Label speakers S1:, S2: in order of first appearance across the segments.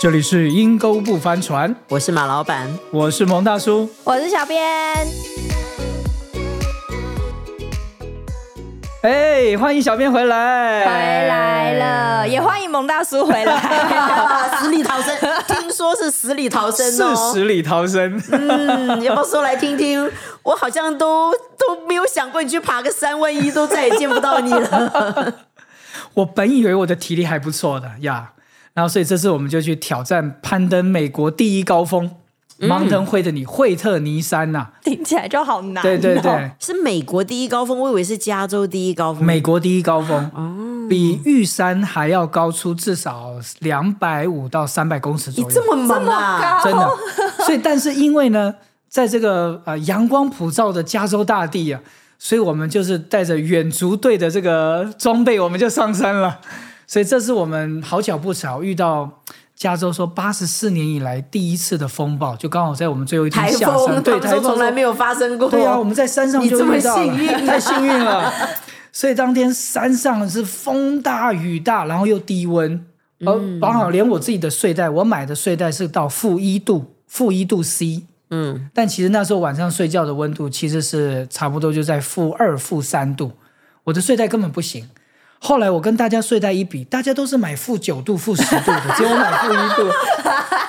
S1: 这里是阴沟不翻船，
S2: 我是马老板，
S1: 我是蒙大叔。
S3: 我是小编，
S1: 哎，欢迎小编回来，
S3: 回来了，也欢迎蒙大叔回 来。
S2: 死里逃生，听说是死里逃生
S1: 是
S2: 哦。
S1: 死里逃生。
S2: 嗯，要不要说来听听？我好像都都没有想过你去爬个三万一，都再也见不到你了。
S1: 我本以为我的体力还不错的呀然后所以这次我们就去挑战攀登美国第一高峰、Mountain
S3: 嗯
S1: 会的你惠特尼山呐、
S3: 听起来就好难、哦。
S1: 对对对，
S2: 是美国第一高峰，我以为是加州第一高峰。
S1: 美国第一高峰，
S3: 哦
S1: 比玉山还要高出至少两百五到三百公尺
S2: 你
S1: 左右
S2: 这，么猛啊！
S1: 真 的。所以，但是因为呢，在这个呃阳光普照的加州大地啊，所以我们就是带着远足队的这个装备，我们就上山了。所以这是我们好巧不巧遇到加州说八十四年以来第一次的风暴，就刚好在我们最后一天
S2: 台
S1: 下山，
S2: 风，
S1: 对
S2: 嗯 他
S1: 台
S2: 们说
S1: 风
S2: 从来没有发生过。
S1: 对啊，我们在山上
S2: 你
S1: 就
S2: 这么
S1: 遇到了
S2: 幸运啊
S1: 太幸运了。 所以当天山上是风大雨大，然后又低温，
S2: 嗯
S1: 哦而刚好连我自己的睡袋，我买的睡袋是到负一度，负一度 C。
S2: 嗯，
S1: 但其实那时候晚上睡觉的温度其实是差不多就在负二、负三度，我的睡袋根本不行。后来我跟大家睡袋一比，大家都是买负九度、负十度 的，只有我买负一度。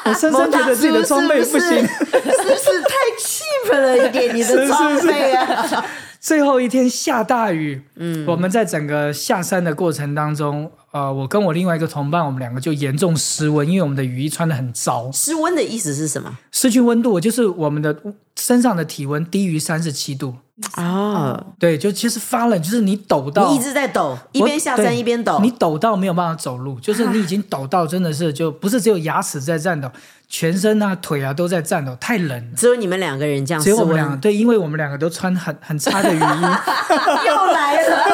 S1: 我深深觉得自己的装备不
S2: 是
S1: 行
S2: 不。是不是太 cheap 了一 点？你的装备啊，
S1: 最后一天下大雨，嗯，我们在整个下山的过程当中，呃，我跟我另外一个同伴，我们两个就严重失温，因为我们的雨衣穿的很糟，
S2: 失温的意思是什么？
S1: 失去温度，就是我们的身上的体温低于三十七度，
S2: 哦，
S1: 对，就其实发冷，就是你抖到
S2: 你一直在抖，一
S1: 我
S2: 边下山
S1: 对
S2: 一边抖
S1: 你。抖到没有办法走路，就是你已经抖到真的是就不是只有牙齿在颤抖，全身啊腿啊都在颤抖，太冷了。
S2: 只有你们两个人这样
S1: 只
S2: 失
S1: 有我们两个
S2: 温，
S1: 对，因为我们两个都穿很很差的雨 衣，
S2: 又来 了。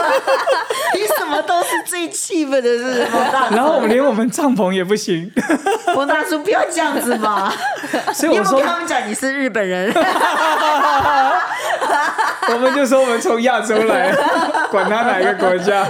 S2: 你什么都是最 cheap 的，是什么？大
S1: 然后我们连我们帐篷也不行，
S2: 我大叔不要这样子 嘛！
S1: 所以我
S2: 你有没
S1: 说
S2: 有跟他们讲你是日 本人？
S1: 我们就说我们从亚洲 来，管他哪个国家，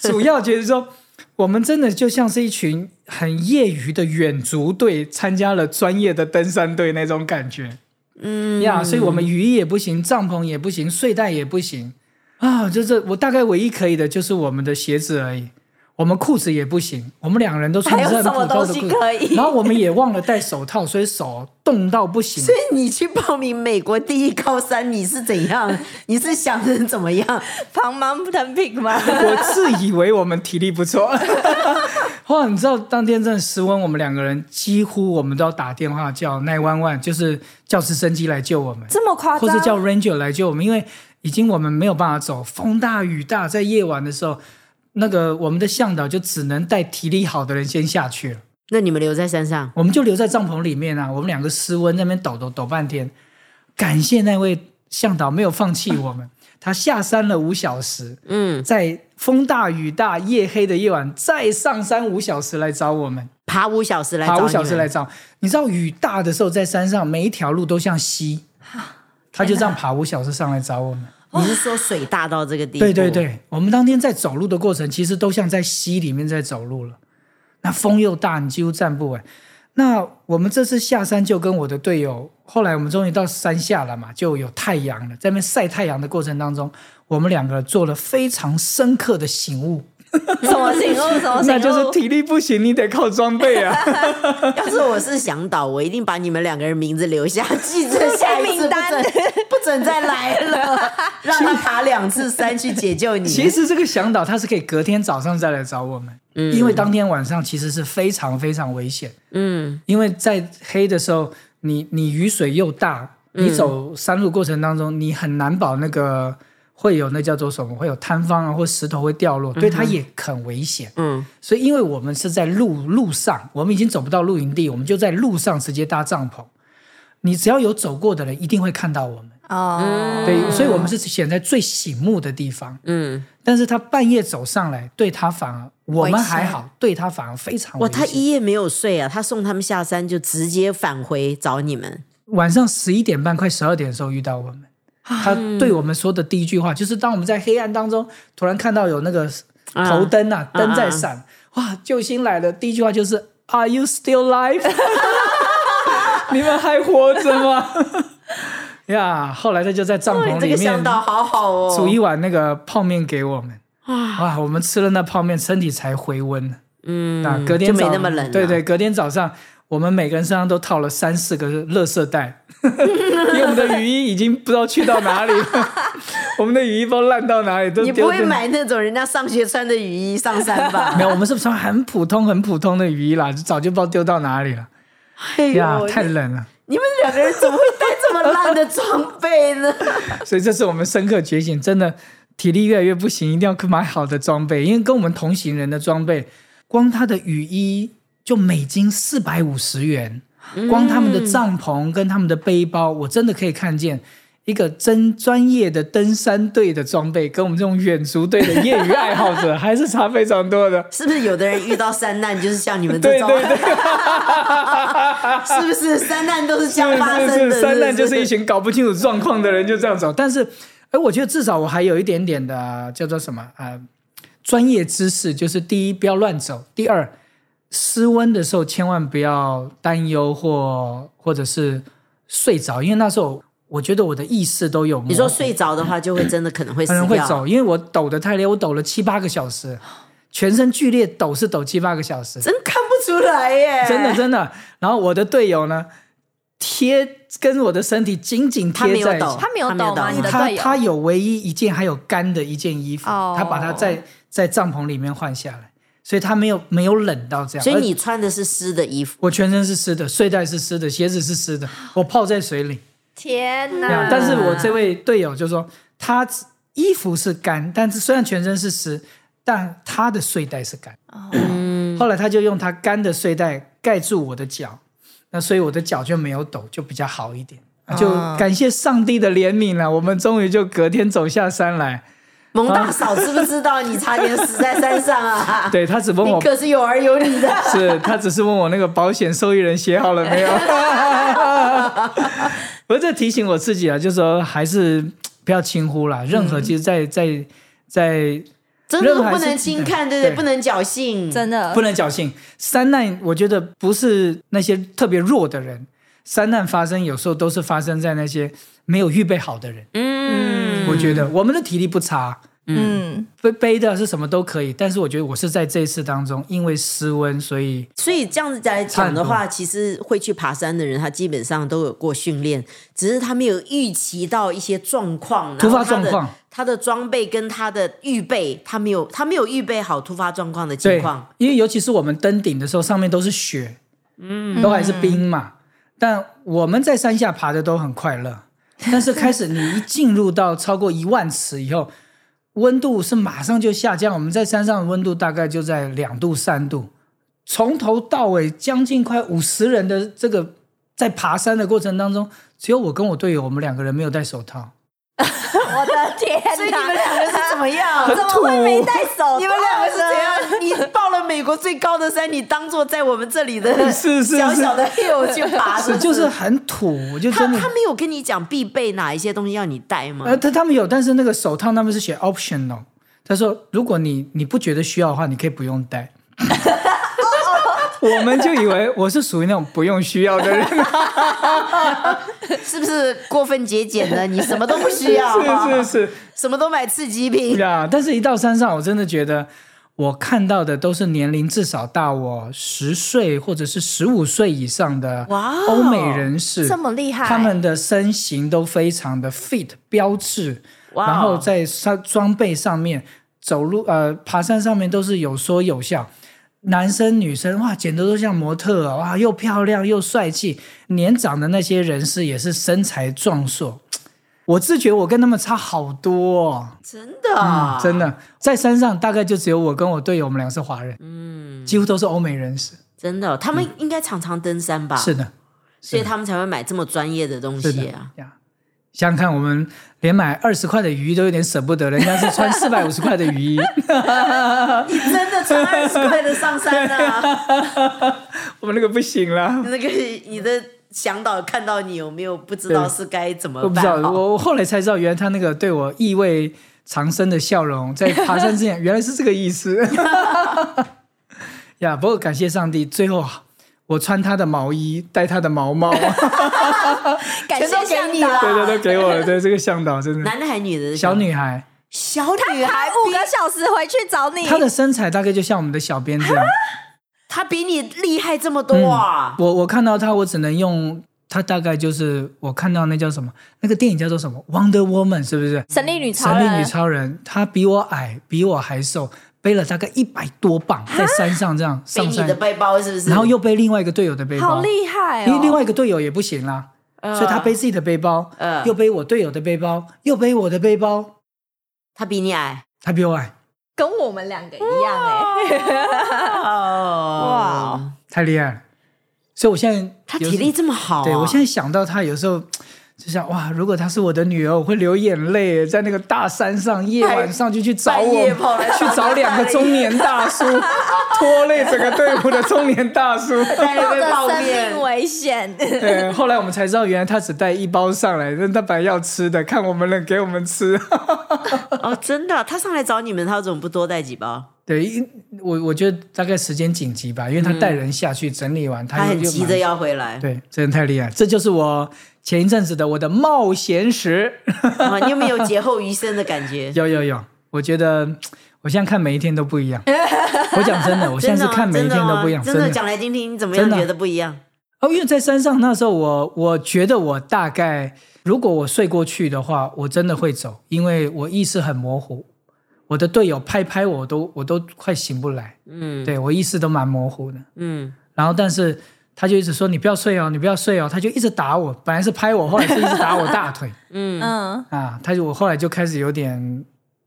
S1: 主要就是说，我们真的就像是一群很业余的远足队，参加了专业的登山队那种感觉。嗯呀，所以我们雨衣也不行，帐篷也不行，睡袋也不行啊，就是我大概唯一可以的就是我们的鞋子而已。我们裤子也不行，我们两个人都穿着很普
S3: 还有
S1: 通的
S3: 什么
S1: 裤
S3: 东西
S1: 子
S3: 可以，
S1: 然后我们也忘了戴手套，所以手冻到不行。
S2: 所以你去报名美国第一高山，你是怎样？你是想成怎么样？
S3: 旁盲藤品 吗？
S1: 我自以为我们体力不错， 后来你知道当天真的失温，我们两个人几乎我们都要打电话叫9 1 1，就是叫直升机来救我们，
S3: 这么夸
S1: 或
S3: 张？
S1: 是叫 Ranger 来救我们，因为已经我们没有办法走，风大雨大，在夜晚的时候，那个我们的向导就只能带体力好的人先下去了，
S2: 那你们留在山上，
S1: 我们就留在帐篷里面啊，我们两个失温在那边抖抖抖半天，感谢那位向导没有放弃我们，他下山了五小时。
S2: 嗯，
S1: 在风大雨大、夜黑的夜晚，再上山五小时来找我们，
S2: 爬五小时来找
S1: 爬
S2: 你
S1: 五
S2: 们
S1: 小时来找。你知道雨大的时候，在山上每一条路都像溪，他就这样爬五小时上来找我们。
S2: 你是说水大到这个地步？
S1: 对对，对，我们当天在走路的过程，其实都像在溪里面在走路了。那风又大，你几乎站不稳。那我们这次下山就跟我的队友，后来我们终于到山下了嘛，就有太阳了。在那边晒太阳的过程当中，我们两个做了非常深刻的醒悟。
S3: 什么醒悟？什么醒
S1: 那
S3: 悟？
S1: 就是体力不行，你得靠装备啊。
S2: 要是我是向导，我一定把你们两个人名字留下，记着下一次不
S3: 名单
S2: 准 不准再来了，让他爬两次山去解救你。
S1: 其实这个向导他是可以隔天早上再来找我们，因为当天晚上其实是非常非常危险，
S2: 嗯，
S1: 因为在黑的时候，你你雨水又大，
S2: 嗯
S1: 你走山路过程当中，你很难保那个会有那叫做什么，会有摊方啊或石头会掉落，对它也很危险。
S2: 嗯，
S1: 所以因为我们是在路路上，我们已经走不到露营地，我们就在路上直接搭帐篷。你只要有走过的人，一定会看到我们。
S3: 哦，
S1: 对，所以我们是显在最醒目的地方。
S2: 嗯，
S1: 但是他半夜走上来，对他反而我们
S3: 危险
S1: 还好，对他反而非常
S2: 哇，
S1: 危
S2: 他
S1: 险。
S2: 一夜没有睡啊，他送他们下山就直接返回找你们。
S1: 晚上十一点半快十二点的时候遇到我们，
S2: 啊
S1: 他对我们说的第一句话就是：当我们在黑暗当中突然看到有那个
S2: 啊
S1: 头灯啊，
S2: 啊
S1: 灯在闪，哇，救星来了！第一句话就是 Are you still alive？你们还活着吗？ 呀、后来他就在帐
S2: 哦，你
S1: 篷
S2: 这
S1: 里
S2: 个向
S1: 面
S2: 导好好哦，
S1: 煮一碗那个泡面给我们。
S2: 啊，
S1: 哇，我们吃了那泡面，身体才回温。
S2: 嗯，
S1: 那隔天
S2: 就
S1: 早
S2: 没那么冷了，
S1: 对对，隔天早上我们每个人身上都套了三四个垃圾袋， 因为我们的雨衣已经不知道去到哪里了， 我们的雨衣不知道烂到哪里，都
S2: 你不
S1: 丢
S2: 会
S1: 在
S2: 买那种人家上学穿的雨衣上山吧？
S1: 没有，我们是穿很普通、很普通的雨衣啦，早就不知道丢到哪里了
S2: 哎
S1: 呀，
S2: 呦，
S1: 太
S2: 你
S1: 冷了。
S2: 你们两个人怎么会带这么烂的装备呢？
S1: 所以这是我们深刻觉醒，真的体力越来越不行，一定要买好的装备，因为跟我们同行人的装备，光他的雨衣就美金四百五十元，光他们的帐篷跟他们的背包，我真的可以看见。一个真专业的登山队的装备，跟我们这种远足队的业余爱好者 还是差非常多的。
S2: 是不是有的人遇到山难就是像你们这
S1: 对
S2: 种？
S1: 对对，
S2: 是不是山难都是这样发生
S1: 是
S2: 的？
S1: 是是，三难就是一
S2: 是
S1: 群搞不清楚状况的人就这样走。但是，哎，我觉得至少我还有一点点的呃叫做什么啊、呃专业知识，就是第一不要乱走，第二失温的时候千万不要担忧或或者是睡着，因为那时候我觉得我的意识都有模糊。
S2: 你说睡着的话，就会真的可能会死
S1: 可能
S2: 掉。
S1: 会走，因为我抖得太厉害，我抖了七八个小时，全身剧烈抖是抖七八个小时。
S2: 真看不出来耶！
S1: 真的真的。然后我的队友呢，贴跟我的身体紧紧
S2: 他没
S1: 贴
S2: 有
S1: 在一
S2: 抖
S1: 起。
S3: 他没有
S2: 他没有
S3: 抖吗？
S2: 抖
S3: 你的
S1: 他
S3: 队友
S1: 他有唯一一件还有干的一件衣服，
S3: 哦
S1: 他把它在在帐篷里面换下来，所以他没有没有冷到这样。
S2: 所以
S1: 而
S2: 你穿的是湿的衣服，
S1: 我全身是湿的，睡袋是湿的，鞋子是湿的，我泡在水里。
S3: 天
S1: 这样
S2: 嗯
S3: 哪！
S1: 但是我这位队友就说，他衣服是干，但是虽然全身是湿，但他的睡袋是干。
S2: 哦
S1: 嗯后来他就用他干的睡袋盖住我的脚，那所以我的脚就没有抖，就比较好一点。
S2: 哦
S1: 就感谢上帝的怜悯了，我们终于就隔天走下山来。
S2: 蒙大嫂知不知道你差点死在山上 啊？
S1: 对他只问
S2: 你
S1: 我，
S2: 可是有儿有女的。
S1: 是他只是问我那个保险受益人写好了没有。我这提醒我自己啊，就是说还是嘖不要轻忽啦，任何其实在在在
S2: 真的
S1: 任何还
S2: 不
S1: 是
S2: 能轻看，对不
S1: 对
S2: 对？不能侥幸，
S3: 真的
S1: 不能侥幸。三难，我觉得不是那些特别弱的人，三难发生有时候都是发生在那些没有预备好的人。
S2: 嗯，
S1: 我觉得我们的体力不差，
S3: 嗯，
S1: 背背的是什么都可以，但是我觉得我是在这一次当中，因为失温，所以
S2: 所以这样子来讲的话，其实会去爬山的人，他基本上都有过训练，只是他没有预期到一些状况，
S1: 突发
S2: 然后他的
S1: 状况，
S2: 他的装备跟他的预备，他没有，他没有预备好突发状况的情
S1: 对
S2: 况，，
S1: 因为尤其是我们登顶的时候，上面都是雪，嗯，都还是冰嘛。但我们在山下爬的都很快乐，但是开始你一进入到超过一万尺以后，温度是马上就下降。我们在山上的温度大概就在两度三度，从头到尾将近快五十人的这个在爬山的过程当中，只有我跟我队友我们两个人没有戴手套，嗯
S3: 我的天哪！
S2: 所以你们两个是怎么 样？
S3: 怎么会没戴手套？
S2: 你们两个是怎？样？ 你报了美国最高的山，你当做在我们这里的
S1: 是是是
S2: 小小的 hill 去爬，
S1: 是
S2: 啊不
S1: 就是很土，我就
S2: 他
S1: 真的
S2: 他没有跟你讲必备哪一些东西要你带吗？
S1: 呃，他他们有，但是那个手套那边是写 optional。他说，如果你你不觉得需要的话，你可以不用戴。我们就以为我是属于那种不用需要的人，
S2: 是不是过分节俭了？你什么都不需要， 啊
S1: 是是
S2: 什么都买刺激
S1: 是
S2: 品。
S1: 呀。但是，一到山上，我真的觉得我看到的都是年龄至少大我十岁或者是十五岁以上的
S2: 哇哦
S1: 欧美人士，
S3: 这么厉害？
S1: 他们的身形都非常的 fit 标志，
S2: 哇哦
S1: 然后在装装备上面走路呃爬山上面都是有说有笑，男生女生哇简直都像模特儿哇又漂亮又帅气，年长的那些人士也是身材壮硕，我自觉我跟他们差好多、哦。嗯
S2: 真的啊、
S1: 真的，在山上大概就只有我跟我队友，我们俩是华人，嗯，几乎都是欧美人士。
S2: 真的，他们应该常常登山吧？
S1: 嗯是，的，
S2: 所以他们才会买这么专业的东
S1: 啊是的
S2: 西啊。
S1: 呀，想想看，我们连买二十块的雨衣都有点舍不得，人家是穿四百五十块的雨衣，
S2: 你真的穿二十块的上 山啊？
S1: 我们那个不行啦。
S2: 那个你的向导看到你有没有不知道是该怎么
S1: 我不知道，
S2: 办哦好？
S1: 我我后来才知道，原来他那个对我意味长生的笑容，在爬山之前原来是这个意思。 呀，不过感谢上帝，最后啊我穿他的毛衣，戴他的毛帽，
S3: 感谢
S2: 全都给
S3: 向
S2: 你
S3: 导
S2: 了
S1: 对对，都给我了。对这个向导真的，
S2: 男的还女的？
S1: 小女孩，
S2: 小女
S3: 他
S2: 孩
S3: 排
S2: 比
S3: 五个小时回去找你，
S1: 她的身材大概就像我们的小编这样。
S2: 她比你厉害这么多啊！
S1: 我我看到她，我只能用她大概就是我看到那叫什么，那个电影叫做什么《Wonder Woman》，是不是？
S3: 神力女超
S1: 神力女
S3: 人，
S1: 超人，她比我矮，比我还瘦，背了大概一百多磅，在山上这样
S2: 背
S1: 嗯上
S2: 你的
S1: 山，
S2: 背包是不是？
S1: 然后又背另外一个队友的背包，
S3: 好厉害哦！
S1: 因为另外一个队友也不行啦，
S2: 嗯
S1: 所以他背自己的背包，
S2: 嗯
S1: 又背我队友的背包，又背我的背包，
S2: 她比你矮
S1: 他比我矮，
S3: 跟我们两个一样
S1: 嗯
S3: 哎、
S2: 哦！
S1: 太厉害了。所以我现在
S2: 她
S1: 有
S2: 体力这么好啊，
S1: 对我现在想到他有时候。就像哇，如果她是我的女儿，我会流眼泪，在那个大山上夜晚上就去找
S2: 半
S1: 我
S2: 夜，跑来
S1: 去找两个中年大叔，拖累整个队伍的中年大叔。
S2: 带了
S3: 抱
S2: 被
S3: 着
S2: 泡
S3: 生
S2: 面
S3: 命，危险，
S1: 对，后来我们才知道，原来他只带一包上来，但他本来要吃的，看我们能给我们 吃。
S2: 哦，真的，她上来找你们，她怎么不多带几包？
S1: 对，因我我觉得大概时间紧急吧，因为他带人下去整理完，
S2: 她
S1: 又
S2: 很
S1: 又
S2: 急
S1: 忙
S2: 着要回来。
S1: 对，真的太厉害，这就是我前一阵子的我的冒险史。
S2: 啊，你有没有劫后余生的感觉？
S1: 有有有，我觉得我现在看每一天都不一样。我讲真 的，我现在是看每一天都不一样，
S2: 真
S1: 真
S2: 的,、
S1: 的。
S2: 讲来听听，你怎么样
S1: 真的
S2: 觉得不一样？
S1: 哦，因为在山上那时候我，我觉得我大概，如果我睡过去的话，我真的会走，因为我意识很模糊。我的队友拍拍我，我都我都快醒不来，
S2: 嗯
S1: 对我意识都蛮模糊的。
S2: 嗯，
S1: 然后但是他就一直说你不要睡哦，你不要睡哦，他就一直打我，本来是拍我，后来是一直打我大腿
S3: 嗯，
S1: 啊，他就我后来就开始有点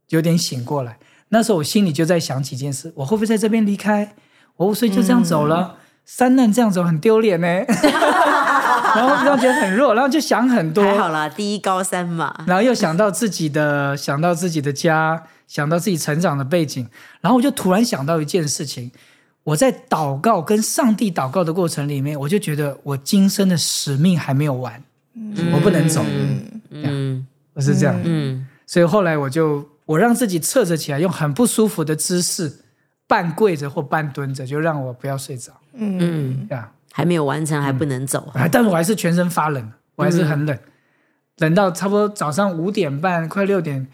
S1: 有点醒过来，那时候我心里就在想几件事，我会不会在这边离开？我所以就这样走
S2: 嗯
S1: 了，三难这样走很丢 脸呢、然后这样觉得很弱，然后就想很多，
S2: 还好啦，第一高三嘛，
S1: 然后又想到自己的，想到自己的家，想到自己成长的背景，然后我就突然想到一件事情，我在祷告跟上帝祷告的过程里面，我就觉得我今生的使命还没有完，我不能走，啊
S2: 嗯
S1: 我是这样，
S2: 嗯，
S1: 所以后来我就我让自己侧着起来，用很不舒服的姿势，半跪着或半蹲着，就让我不要睡着，嗯，这样。
S2: 还没有完成，还不能走。
S1: 啊，但我还是全身发冷，我还是很冷，冷到差不多早上五点半，快六点，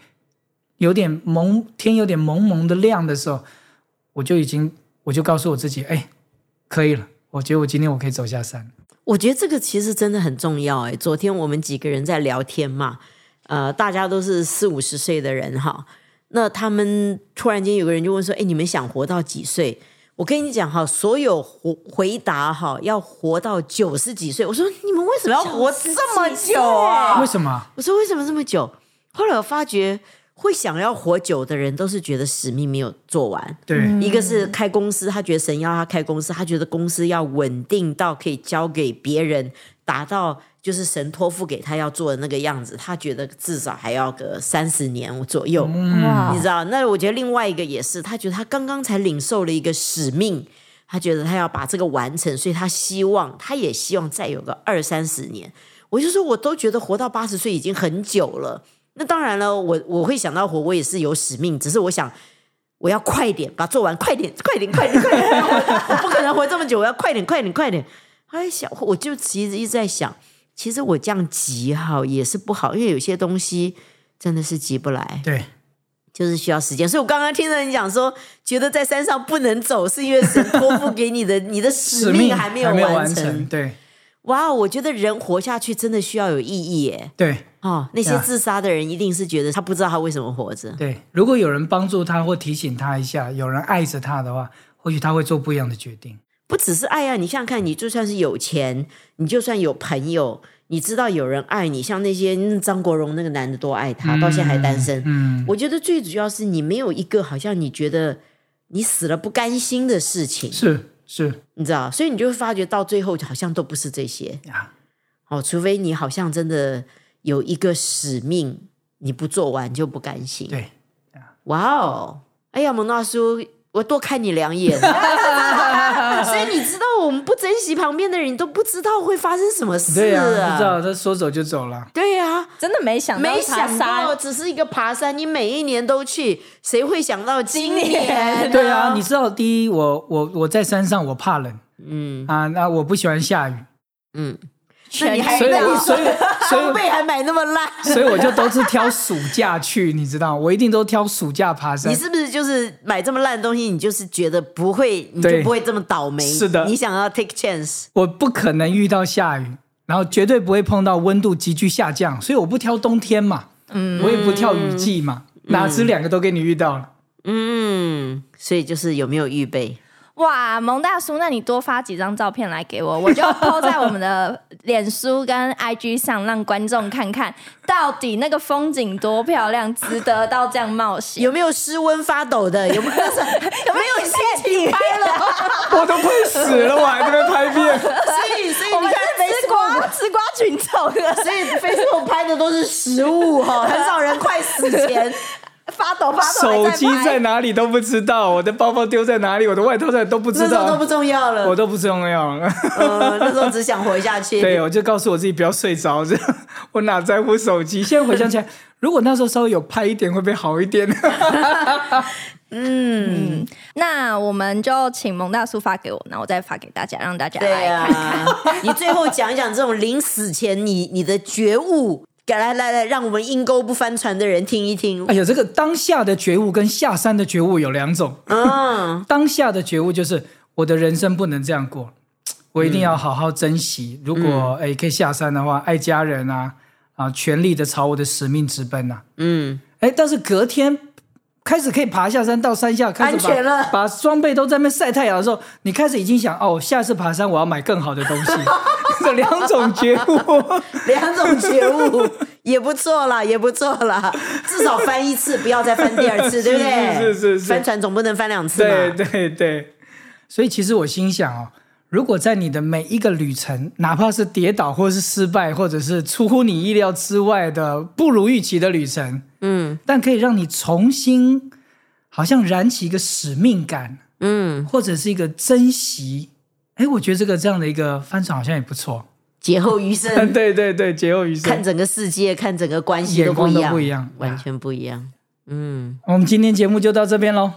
S1: 有点蒙天有点蒙蒙的亮的时候，我就已经我就告诉我自己，哎，可以了，我觉得我今天我可以走下山。
S2: 我觉得这个其实真的很重要哎。昨天我们几个人在聊天嘛，呃，大家都是四五十岁的人哈，那他们突然间有个人就问说：“哎，你们想活到几岁？”我跟你讲哈，所有回回答哈，要活到九十几岁。我说你们为什么要活这么久啊？
S1: 为什么？
S2: 我说为什么这么久？后来我发觉，会想要活久的人，都是觉得使命没有做完。
S1: 对，
S2: 一个是开公司，他觉得神要他开公司，他觉得公司要稳定到可以交给别人，达到就是神托付给他要做的那个样子。他觉得至少还要个三十年左右。
S3: 哇
S2: 你，知道，那我觉得另外一个也是，他觉得他刚刚才领受了一个使命，他觉得他要把这个完成，所以他希望，他也希望再有个二三十年。我就说，我都觉得活到八十岁已经很久了。那当然了，我我会想到活，我也是有使命，只是我想我要快点把它做完，快点，快点，快点，快点！我不可能活这么久，我要快点，快点，快点！哎，想，我就其实一直在想，其实我这样急哈也是不好，因为有些东西真的是急不来。
S1: 对，
S2: 就是需要时间。所以我刚刚听到你讲说，觉得在山上不能走，是因为神托付给你的，你的使命还没有
S1: 完
S2: 完成。
S1: 对
S2: 哇哦，我觉得人活下去真的需要有意义耶！
S1: 对
S2: 哦，那些
S1: 呀
S2: 自杀的人一定是觉得他不知道他为什么活着。
S1: 对，如果有人帮助他或提醒他一下，有人爱着他的话，或许他会做不一样的决定。
S2: 不只是爱啊，你想想看，你就算是有钱，你就算有朋友，你知道有人爱你，像那些嗯张国荣那个男的多爱他，到现在还单身。
S1: 嗯，
S2: 我觉得最主要是你没有一个好像你觉得你死了不甘心的事情。
S1: 是是
S2: 你知道，所以你就会发觉到最后好像都不是这些
S1: 呀，
S2: 哦，除非你好像真的有一个使命，你不做完就不甘心。
S1: 对，
S2: 哇哦，哎呀，蒙娜叔，我多看你两眼， 所以你知道，我们不珍惜旁边的人，你都不知道会发生什么事
S1: 对呀、不知
S2: 啊。
S1: 道他说走就走了。
S2: 对呀，
S3: 真的没想到
S2: 没
S3: 爬
S2: 想
S3: 山
S2: 到，只是一个爬山，你每一年都去，谁会想到今
S3: 今年
S2: 年？
S1: 对啊，你知道，第一，我我我在山上，我怕冷，嗯啊，那我不喜欢下雨，
S2: 嗯，
S3: 全
S2: 哎那你还
S1: 所以
S2: 买
S1: 我所以所
S2: 装
S1: 以
S2: 备还买那么烂，
S1: 所以我就都是挑暑假去，你知道，我一定都挑暑假爬山
S2: 你。是不是就是买这么烂的东西，你就是觉得不会，你就
S1: 对
S2: 不会这么倒霉？
S1: 是的
S2: 你想要 take chance，
S1: 我不可能遇到下雨，然后绝对不会碰到温度急剧下降，所以我不挑冬天嘛，嗯，我也不挑雨季嘛，哪知两个都给你遇到了。
S2: 嗯，所以就是有没有预备？
S3: 哇，蒙大叔，那你多发几张照片来给我，我就 抛在我们的脸书跟 IG 上，让观众看看到底那个风景多漂亮，值得到这样冒险。
S2: 有没有失温发抖的？有没 有有没有心 情拍了？
S1: 我都快死了，我还在那边拍片，
S2: 所以所以
S3: 我
S2: 你
S3: 们
S2: 看
S3: 是吃
S2: Facebook，
S3: 瓜吃瓜群众的，
S2: 所以 Facebook 拍的都是食物 哈，很少人快死前。
S3: 发抖发 抖
S1: 手
S3: 还
S1: 机
S3: 在
S1: 在
S3: 拍。
S1: 哪里都不知道，我的包包丢在哪里，我的外套在都不
S2: 那
S1: 知
S2: 时候都
S1: 道
S2: 不，重要
S1: 我
S2: 了，
S1: 都不重要了。
S2: 呃，那时候只想活下 去。
S1: 对，我就告诉我自己不要睡着，这 样我哪在乎手机？现在回想起来，如果那时候稍微有拍一点，会不会好一点？
S3: 那我们就请蒙大叔发给我，那我再发给大家，让大家
S2: 对
S3: 来看看。
S2: 啊，你最后讲一讲这种临死前你你的觉悟，来来来来，让我们阴沟不翻船的人听一 听。
S1: 哎呀，这个当下的觉悟跟下山的觉悟有两种。
S2: 嗯，
S1: 当下的觉悟就是，我的人生不能这样过，我一定要好好珍惜。如
S2: 嗯
S1: 果哎可以下山的话，爱家人啊啊，全力的朝我的使命直奔呐、啊。
S2: 嗯，
S1: 哎，但是隔天开始可以爬下山，到山下开始把
S2: 安全了
S1: 把装备都在那边晒太阳的时候，你开始已经想哦，下次爬山我要买更好的东西。 这两种觉悟，
S2: 两种 觉悟也不错啦，也不错啦，至少翻一次，不要再翻第二次，对不对？
S1: 是是是
S2: 翻船总不能翻两次嘛。
S1: 对对对。所以其实我心想哦，如果在你的每一个旅程，哪怕是跌倒，或是失败，或者是出乎你意料之外的不如预期的旅程，
S2: 嗯
S1: 但可以让你重新好像燃起一个使命感，
S2: 嗯，
S1: 或者是一个珍惜。哎，我觉得这个这样的一个翻船好像也不错。
S2: 劫后余 生，
S1: 对对对，劫后余
S2: 嗯看
S1: 生。
S2: 整个世界，看整个关系
S1: 眼光
S2: 一
S1: 都
S2: 样，
S1: 不一样
S2: 完全不一样。嗯，
S1: 我们今天节目就到这边喽，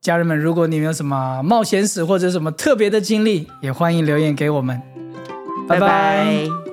S1: 家人们，如果你们有什么冒险史或者什么特别的经历，也欢迎留言给我们。拜拜
S2: 拜